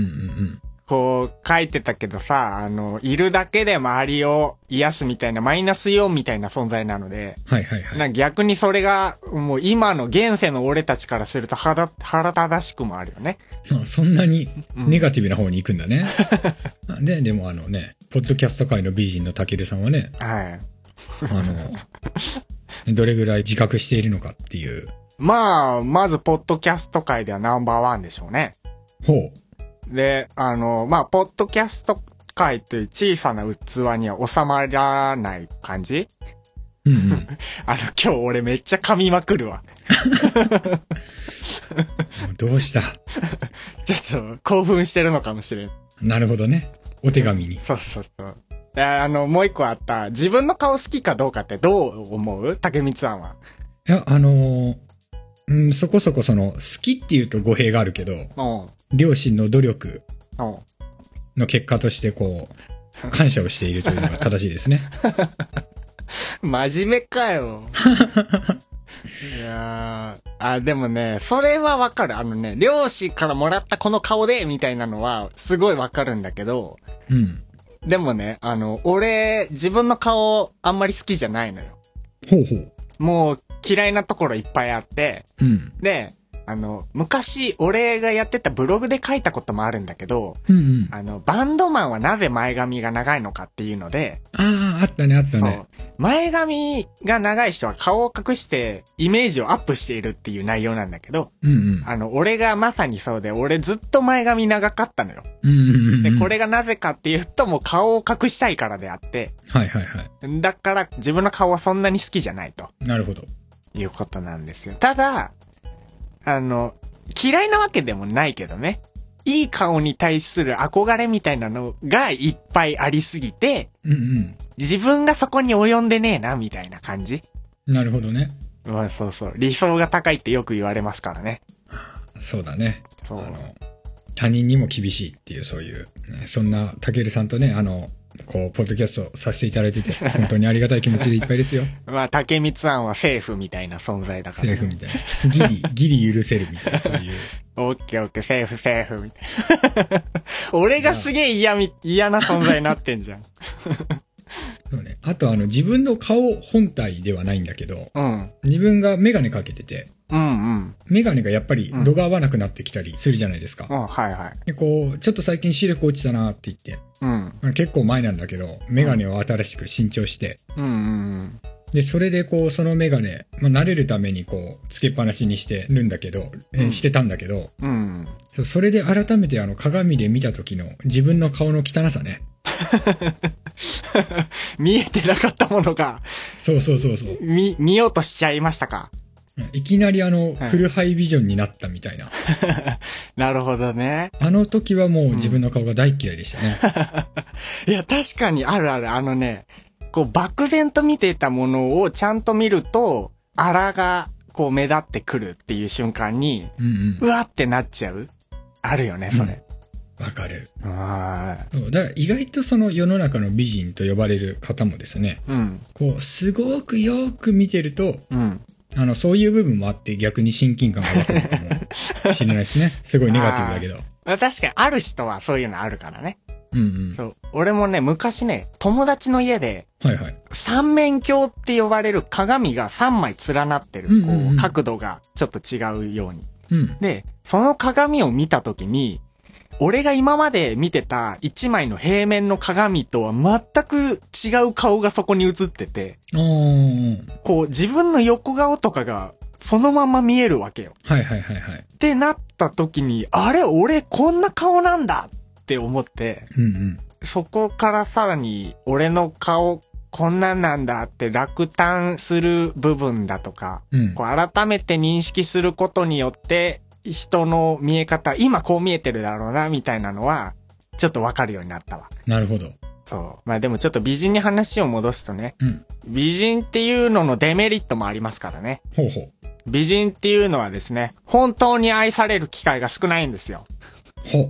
A: ん
B: こう書いてたけどさ、あの、いるだけで周りを癒すみたいなマイナスイオンみたいな存在なので、
A: はいはいはい。
B: なんか逆にそれがもう今の現世の俺たちからすると腹腹立たしくもあるよね。
A: まあそんなに
B: うん
A: ネガティブな方に行くんだ ね。で、でもあのね、ポッドキャスト界の美人のたけるさんはね、
B: はい。
A: あ の、どれぐらい自覚しているのかっていう。
B: まあ、まずポッドキャスト界ではナンバーワンでしょうね。
A: ほう。
B: で、あの、まあ、ポッドキャスト界っていう小さな器には収まらない感じ
A: うんうん。
B: あの、今日俺めっちゃ噛みまくるわ。
A: どうした
B: ちょっと興奮してるのかもしれん。
A: なるほどね。お手紙に。
B: そうそうそう。であの、もう一個あった。自分の顔好きかどうかってどう思う竹光さんは。
A: いや、あのーうん、そこそこその、好きっていうと語弊があるけど、
B: うん。
A: 両親の努力
B: うん。
A: の結果としてこう、感謝をしているというのが正しいです ね。
B: 真面目かよ。 いやーあ、でもね、それはわかる。あのね、漁師からもらったこの顔で、みたいなのは、すごいわかるんだけど、
A: うん。
B: でもね、あの、俺、自分の顔、あんまり好きじゃないのよ。
A: ほうほう。
B: もう、嫌いなところいっぱいあって、
A: うん。
B: で、あの、昔、俺がやってたブログで書いたこともあるんだけど、
A: うんうん。あ
B: あの、バンドマンはなぜ前髪が長いのかっていうので、
A: あー、あったね、あった
B: そ
A: ね
B: う。。前髪が長い人は顔を隠してイメージをアップしているっていう内容なんだけど、
A: うんうん。
B: あの、俺がまさにそうで、俺ずっと前髪長かったのよ。
A: うんうんうんう
B: で、
A: ん。
B: これがなぜかっていうともう顔を隠したいからであって、
A: はいはいは
B: だから自分の顔はそんなに好きじゃないと
A: い。なるほど。
B: いうことなんですよ。ただ、あの、嫌いなわけでもないけどね。いい顔に対する憧れみたいなのがいっぱいありすぎて、
A: うんうん。
B: 自分がそこに及んでねえな、みたいな感じ。
A: なるほどね。
B: まあそうそう。理想が高いってよく言われますからね。
A: そうだね。
B: そう。
A: あの、他人にも厳しいっていう、そういう、ねそんな、たけるさんとね、あの、こう、ポッドキャストさせていただいてて、本当にありがたい気持ちでいっぱいですよ。
B: まあ、竹光庵は政府みたいな存在だから、
A: セーフみたいな。 ギリ、ギリ許せるみたいな、そういう。
B: オッケーオッケー、政府政府みたいな。 俺がすげえ嫌み、嫌な存在になってんじゃん。
A: そうね。あと、あの、自分の顔本体ではないんだけど、
B: うん。
A: 自分がメガネかけてて、
B: うんうん。
A: メガネがやっぱり度が合わなくなってきたりするじゃないですか。
B: うん、はいはい。
A: で、こう、ちょっと最近視力落ちたなって言って、
B: うん。
A: あの結構前なんだけど、メガネを新しく新調して、
B: うんうん
A: で、それでこう、そのメガネ、まあ、慣れるためにこう、つけっぱなしにしてるんだけど、え
B: う
A: ー
B: ん
A: してたんだけど、
B: うん。うん。
A: そうそれで改めてあの、鏡で見た時の自分の顔の汚さね。
B: 見えてなかったものが、
A: そうそうそうそう。
B: 見、見ようとしちゃいましたか。
A: いきなりあの、
B: はい
A: フルハイビジョンになったみたいな。
B: なるほどね。
A: あの時はもう自分の顔が大嫌いでしたね。
B: いや、確かにあるある。あのね、こう、漠然と見ていたものをちゃんと見ると、あらが、こう、目立ってくるっていう瞬間に、
A: うんうん
B: う。わってなっちゃう。あるよね、それ。
A: わかる。
B: ああ。
A: そうだから意外とその世の中の美人と呼ばれる方もですね、
B: うん。
A: こう、すごくよく見てると、
B: うん。
A: あの、そういう部分もあって逆に親近感が湧くのかも しれないですね。すごいネガティブだけど。
B: まあ確かに、ある人はそういうのあるからね。
A: うんうん。
B: そう。俺もね、昔ね、友達の家で、
A: はいはい。
B: 三面鏡って呼ばれる鏡が3枚連なってる。
A: うんうんう
B: こ
A: ん
B: う、角度がちょっと違うように。
A: うん。
B: で、その鏡を見たときに、俺が今まで見てた一枚の平面の鏡とは全く違う顔がそこに映ってて、
A: あー
B: こう自分の横顔とかがそのまま見えるわけよ。
A: はいはいはいはい。
B: ってなった時に、あれ俺こんな顔なんだって思って、
A: うんうん。
B: そこからさらに俺の顔こんなんなんだって落胆する部分だとか、
A: うん。
B: こう改めて認識することによって、人の見え方、今こう見えてるだろうな、みたいなのは、ちょっとわかるようになったわ。
A: なるほど。
B: そう。まあでもちょっと美人に話を戻すとね、
A: うん。
B: 美人っていうののデメリットもありますからね。
A: ほうほう。
B: 美人っていうのはですね、本当に愛される機会が少ないんですよ。
A: ほう。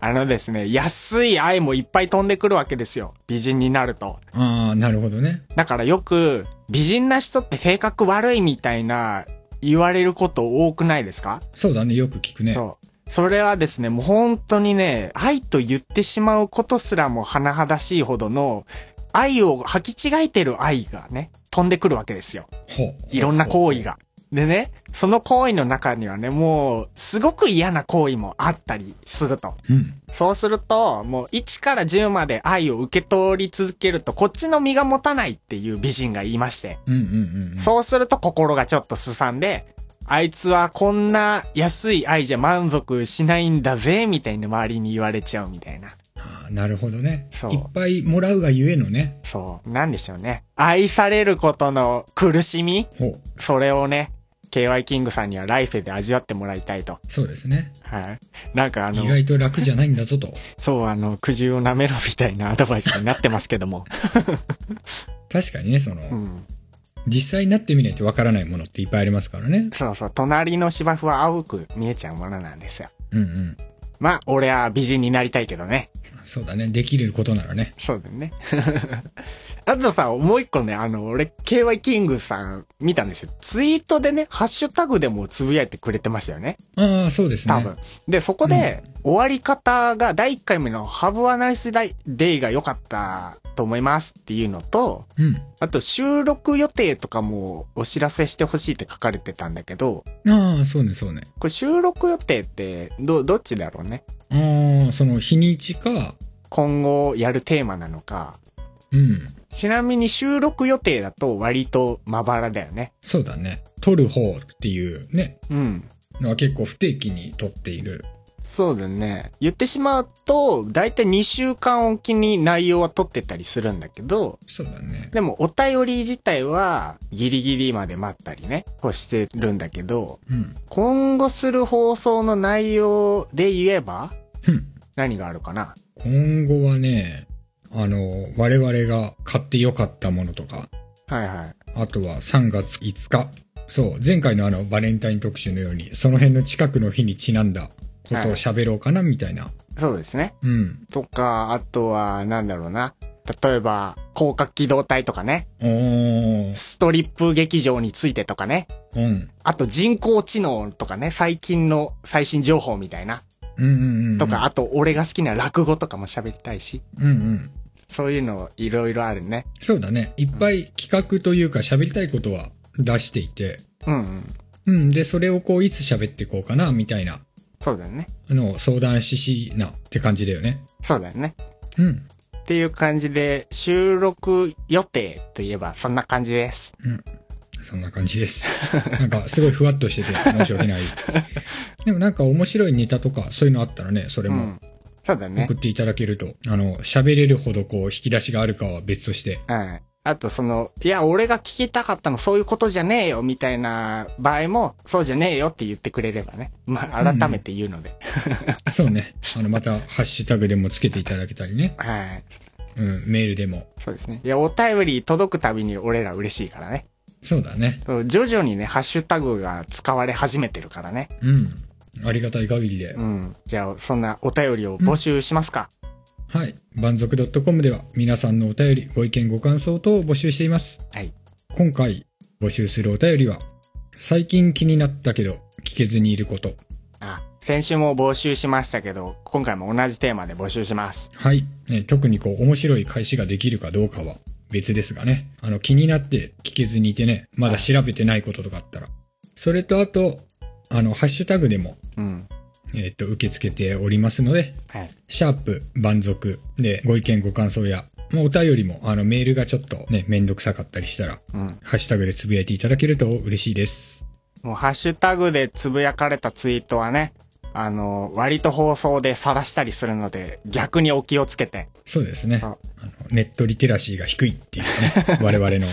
B: あのですね、安い愛もいっぱい飛んでくるわけですよ。美人になると。
A: ああ、なるほどね。
B: だからよく、美人な人って性格悪いみたいな言われること多くないですか、
A: そうだね、よく聞くね。
B: そう。それはですね、もう本当にね、愛と言ってしまうことすらも甚だしいほどの、愛を履き違えてる愛がね、飛んでくるわけですよ。
A: ほう
B: いろんな行為が。でね、その行為の中にはね、もう、すごく嫌な行為もあったりすると。
A: うん。
B: そうすると、もう1から10まで愛を受け取り続けると、こっちの身が持たないっていう美人が言いまして。
A: うんうんうんうん。
B: そうすると心がちょっとすさんで、あいつはこんな安い愛じゃ満足しないんだぜ、みたいな周りに言われちゃうみたいな。
A: あーなるほどね。
B: そう
A: いっぱいもらうがゆえのね。
B: そう。なんでしょうね。愛されることの苦しみ
A: ほう。
B: それをね、KY キングさんには来世で味わってもらいたいと。
A: そうですね。
B: はい。なんかあの
A: 意、外と楽じゃないんだぞと。
B: そうあの、苦渋を舐めろみたいなアドバイスになってますけ ども。
A: 確かにね、その、
B: うん。
A: 実際になってみないとわからないものっていっぱいありますからね。
B: そうそう。隣の芝生は青く見えちゃうものなんですよ。
A: うんうん。
B: まあ、俺は美人になりたいけどね。
A: そうだね。できることならね。
B: そうだよね。 あとさ、もう一個ね、あの、俺、KY キングさん見たんですよ。ツイートでね、ハッシュタグでもつぶやいてくれてましたよね。
A: ああ、そうですね。
B: 多分。。で、そこで、終わり方が第1回目の Have a nice day が良かったと思いますっていうのと、あと収録予定とかもお知らせしてほしいって書かれてたんだけど、
A: うん。ああ、そうね、そうね。
B: これ収録予定って、ど、どっちだろうね。
A: ああ、その日にちか、
B: 今後やるテーマなのか。
A: うん。
B: ちなみに収録予定だと割とまばらだよね。
A: そうだね。撮る方っていうね、
B: うん。
A: のは結構不定期に撮っている。
B: そうだね。言ってしまうと、だいたい2週間おきに内容は取ってたりするんだけど、
A: そうだね。
B: でもお便り自体はギリギリまで待ったりね、こうしてるんだけど、
A: うん。
B: 今後する放送の内容で言えば
A: うん
B: 何があるかな
A: 今後はね、あの、我々が買って良かったものとか、
B: はいはい。
A: あとは3月5日。そう、前回のあのバレンタイン特集のように、その辺の近くの日にちなんだことを喋ろうかな、みたいな。
B: そうですね。
A: うん。
B: とか、あとは、なんだろうな。例えば、広角機動隊とかね、
A: おー。
B: ストリップ劇場についてとかね、
A: うん。
B: あと人工知能とかね、最近の最新情報みたいな。
A: うんうんうん。
B: とか、。あと俺が好きな落語とかも喋りたいし、
A: うんうん。
B: そういうのいろいろあるね。
A: そうだね。いっぱい企画というか喋りたいことは出していて、
B: うんうん。
A: うん。で、それをこう、いつ喋っていこうかな、みたいな
B: そうだよね。
A: のを相談ししなって感じだよね。
B: そうだよね。
A: うん。
B: っていう感じで、収録予定といえばそんな感じです。
A: そんな感じです。 なんか、すごいふわっとしてて、申し訳 ない。でもなんか面白いネタとか、そういうのあったらね、それ
B: う
A: も
B: ん。そうだね
A: 送。っていただけると、あの、喋れるほどこう、引き出しがあるかは別と して。
B: うん。あとその、いや、俺が聞きたかったのそういうことじゃねえよみたいな場合も、そうじゃねえよって言ってくれればね。まあ、改めて言うので。
A: そうね。あの、また、ハッシュタグでもつけていただけたりね。
B: はい。
A: うん、メールでも。
B: そうですね。いや、お便り届くたびに俺ら嬉しいからね。
A: そうだね。
B: そう徐々にね、ハッシュタグが使われ始めてるからね。
A: うん。ありがたい限りで。
B: うん。じゃあ、そんなお便りを募集しますか。
A: はい。満足 .com では皆さんのお便り、ご意見、ご感想等を募集しています。
B: はい。
A: 今回募集するお便りは、最近気になったけど聞けずにいること。
B: あ、先週も募集しましたけど、今回も同じテーマで募集します。
A: はい。ね、特にこう、面白い返しができるかどうかは別ですがね。あの、気になって聞けずにいてね、まだ調べてないこととかあったら。それとあと、あの、ハッシュタグでも、
B: うん。
A: えっと、受け付けておりますので、
B: はい。
A: シャープ、満足で、ご意見、ご感想や、もうお便りも、あの、メールがちょっとね、めんどくさかったりしたら、
B: うん。
A: ハッシュタグでつぶやいていただけると嬉しいです。
B: もう、ハッシュタグでつぶやかれたツイートはね、あの、割と放送で晒したりするので、逆にお気をつけて。
A: そうですね。
B: あ
A: あのネットリテラシーが低いっていうね、我々の。
B: いや、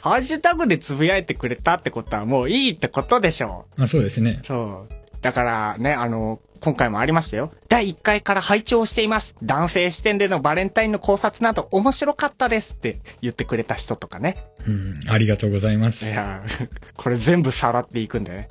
B: ハッシュタグでつぶやいてくれたってことはもういいってことでしょ
A: あそうですね
B: う。。そう。だからね、あの、今回もありましたよ。第1回から拝聴しています。男性視点でのバレンタインの考察など面白かったですって言ってくれた人とかね。
A: うん、ありがとうございます。
B: いや、 これ全部さらっていくんだよね。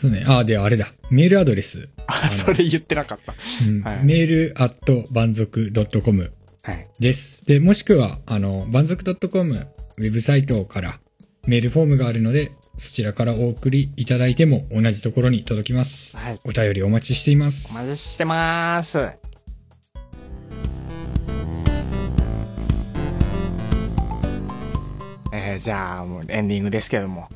A: そうね。あ、で、あれだ。メールアドレス。
B: あ、それ言ってなかった。
A: うん
B: はい
A: メールアット満足 .com
B: はい。
A: です。で、もしくは、あの、満足 .com ウェブサイトからメールフォームがあるので、そちらからお送りいただいても同じところに届きます。
B: はい。
A: お便りお待ちしていま
B: お
A: す。
B: 待ちしてます。えーじゃあ、もうエンディングですけども。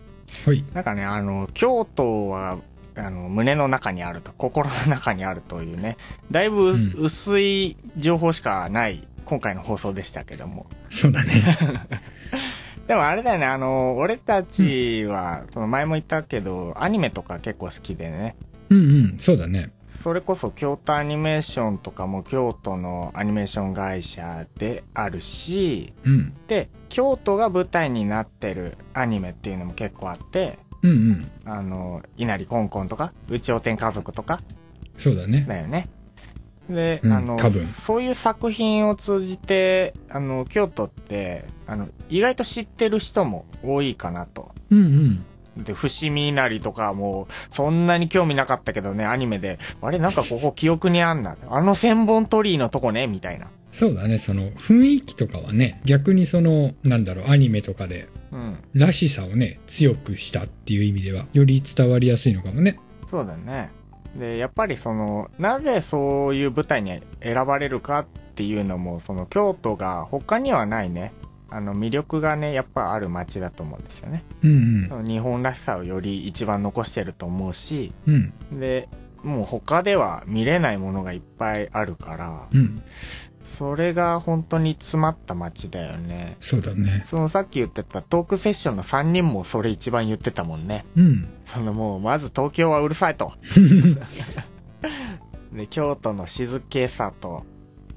A: はい。
B: なんかね、あの、京都は、あの、胸の中にあると、心の中にあるというね、だいぶ薄,、
A: う
B: い情報しかない今回の放送でしたけども。
A: そうだね。
B: でもあれだよね、あの、俺たちは、その前も言ったけど、アニメとか結構好きでね、
A: うんうん、そうだね。
B: それこそ京都アニメーションとかも京都のアニメーション会社であるし、
A: うん。
B: で、京都が舞台になってるアニメっていうのも結構あって、
A: うんうん。
B: あの、稲荷コンコンとか、宇宙天家族とか、
A: そうだね。
B: だよね。で、
A: うん
B: あの
A: 多分
B: そういう作品を通じてあの京都ってあの意外と知ってる人も多いかなと。
A: うんうん。
B: で、伏見稲荷とかもう、そんなに興味なかったけどね、アニメで、あれなんかここ記憶にあんな。あの千本鳥居のとこね、みたいな。
A: そうだね。その雰囲気とかはね、逆にその、なんだろう、アニメとかで、
B: うん。
A: らしさをね、強くしたっていう意味では、より伝わりやすいのかもね。
B: そうだね。で、やっぱりその、なぜそういう舞台に選ばれるかっていうのも、その京都が他にはないね、あの魅力がね、やっぱある街だと思うんですよね。
A: うん
B: 日本らしさをより一番残してると思うし
A: うん。うん
B: でもう他では見れないものがいっぱいあるから
A: うん。
B: それが本当に詰まった街だよね
A: そうだね。
B: そのさっき言ってたトークセッションの3人もそれ一番言ってたもんね
A: うん。
B: そのもうまず東京はうるさいと で京都の静けさと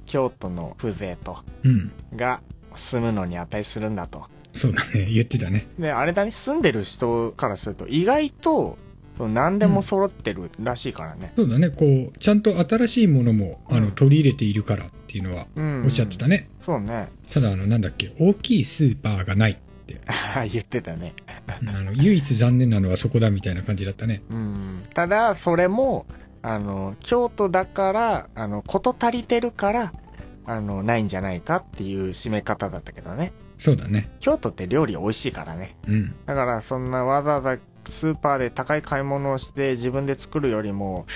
B: 京都の風情と
A: うん。
B: が住むのに値するんだと
A: そうだね。 言ってたね。
B: で、あれだね、住んでる人からすると、意外と、その何でも揃ってるらしいからね。
A: そうだね。こう、ちゃんと新しいものも、あの、取り入れているからっていうのは、
B: うん、
A: おっしゃってたね。
B: そうね。
A: ただ、あの、なんだっけ、大きいスーパーがない。
B: 言ってたね。
A: うんあの、唯一残念なのはそこだみたいな感じだったね。
B: うん。ただ、それも、あの、京都だから、あの、こと足りてるから、あの、ないんじゃないかっていう締め方だったけどね。
A: そうだね。
B: 京都って料理美味しいからね。
A: うん。
B: だから、そんなわざわざスーパーで高い買い物をして自分で作るよりも、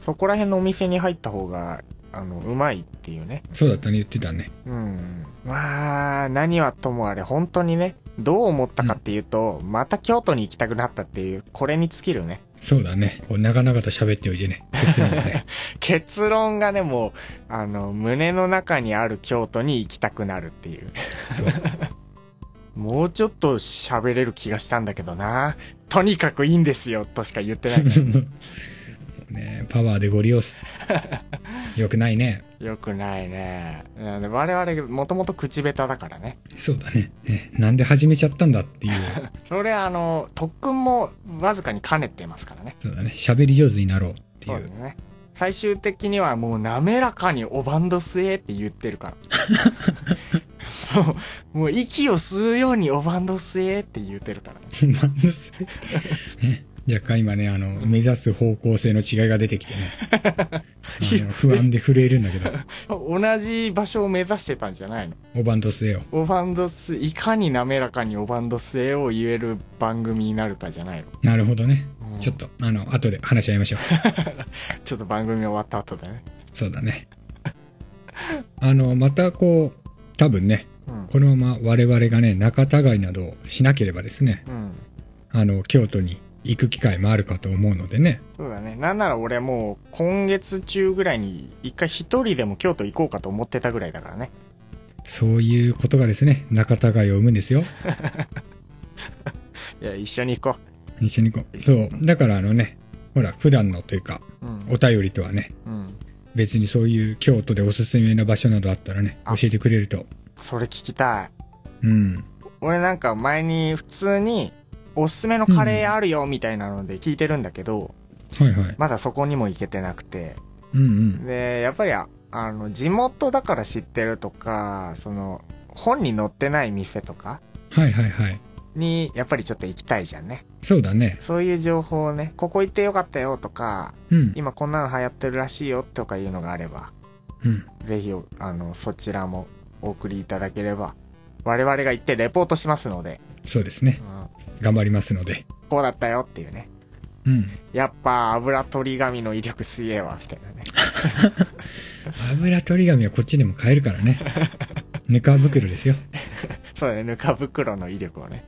B: そこら辺のお店に入った方が、あの、うまいっていうね。
A: そうだったね。言ってたね。
B: うん。まあ、何はともあれ、本当にね、どう思ったかっていうと、また京都に行きたくなったっていう、これに尽きるね。
A: そうだね。こう、長々と喋っておいてね。結論はね。
B: 結論がね、もう、あの、胸の中にある京都に行きたくなるっていう。
A: そう。
B: もうちょっと喋れる気がしたんだけどな。とにかくいいんですよ、としか言ってないね。
A: ねパワーでご利用 す。よくないね。
B: よくないね。なんで我々、もともと口下手だからね。
A: そうだね。ね。なんで始めちゃったんだっていう。
B: それ、あの、特訓もわずかに兼ねてますからね。
A: そうだね。喋り上手になろうってい
B: そう
A: う
B: だ。ね。最終的にはもう滑らかにおバンド吸えって言ってる から。そう。もう息を吸うようにおバンド吸えって言ってるからね。
A: マンドス ね若干今ね、あの、目指す方向性の違いが出てきて ね。あの不安で震えるんだけど、
B: 同じ場所を目指してたんじゃないの
A: おばんと据えよ
B: おバンド吸え、いかに滑らかにおバンド吸えを言える番組になるかじゃないの。
A: う。なるほどね。
B: うん
A: ちょっと、あの、後で話し合いましょう。
B: ちょっと番組終わった後でね。
A: そうだね。あの、またこう、多分ね、
B: うん。
A: このまま我々がね、仲違いなどをしなければですね、
B: うん。
A: あの、京都に行く機会もあるかと思うのでね。
B: そうだね。なんなら俺もう今月中ぐらいに一回一人でも京都行こうかと思ってたぐらいだからね。
A: そういうことがですね、仲違いを生むんですよ。
B: いや、一緒に行こ
A: 一緒に行こう。そう。だからあのね、ほら、普段のというか、
B: う。うん。
A: お便りとはね、
B: うん。
A: 別にそういう京都でおすすめな場所などあったらね、
B: あ
A: 教えてくれると。
B: それ聞きたい。
A: うん。
B: 俺なんか前に普通におすすめのカレーあるよみたいなので聞いてるんだけど、
A: はいはい。
B: まだそこにも行けてなくて。
A: うんうん。
B: で、やっぱりああの、地元だから知ってるとか、その、本に載ってない店とか
A: はいはいはい。
B: に、やっぱりちょっと行きたいじゃんね。
A: そうだね。
B: そういう情報をね、ここ行ってよかったよとか、
A: うん。
B: 今こんなの流行ってるらしいよとかいうのがあれば、
A: うん。
B: ぜひ、あの、そちらもお送りいただければ、我々が行ってレポートしますので、
A: そうですね。
B: うん
A: 頑張りますので。
B: こうだったよっていうね。
A: うん。
B: やっぱ油取り紙の威力すげえわ、みたいなね。
A: 油取り紙はこっちでも買えるからね。ぬか袋ですよ。
B: そうだね、ぬか袋の威力をね。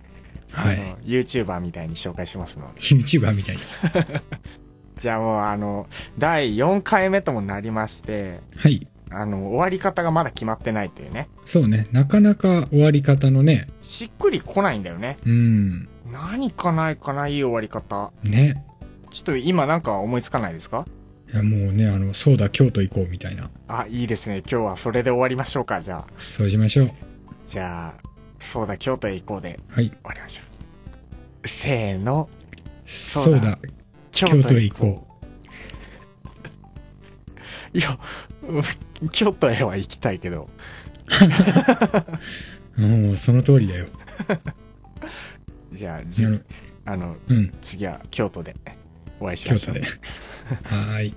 A: は
B: あ
A: い。
B: の YouTuber みたいに紹介しますので。
A: YouTuber みたいに。
B: じゃあもうあの、第4回目ともなりまして、
A: はい。
B: あの、終わり方がまだ決まってないというね。
A: そうね。なかなか終わり方のね。
B: しっくり来ないんだよね。
A: うん。
B: 何かないかないい終わり方。
A: ね。
B: ちょっと今なんか思いつかないですか
A: いやもうね、あの、そうだ、京都行こうみたいな。
B: あ、いいですね。今日はそれで終わりましょうか、じゃあ。
A: そうしましょう。
B: じゃあ、そうだ、京都へ行こうで
A: はい。
B: 終わりましょう。せーの、
A: そうう
B: だ
A: だ、
B: 京
A: 京都
B: 都
A: へ
B: へ。
A: 行こ
B: いや、うん京都へは行きたいけど、
A: う。もうその通りだよ。
B: じゃあ、じ
A: なる
B: あの、
A: うん、
B: 次は京都でお会いし
A: 京
B: ましょ
A: 都
B: う
A: で。。はーい。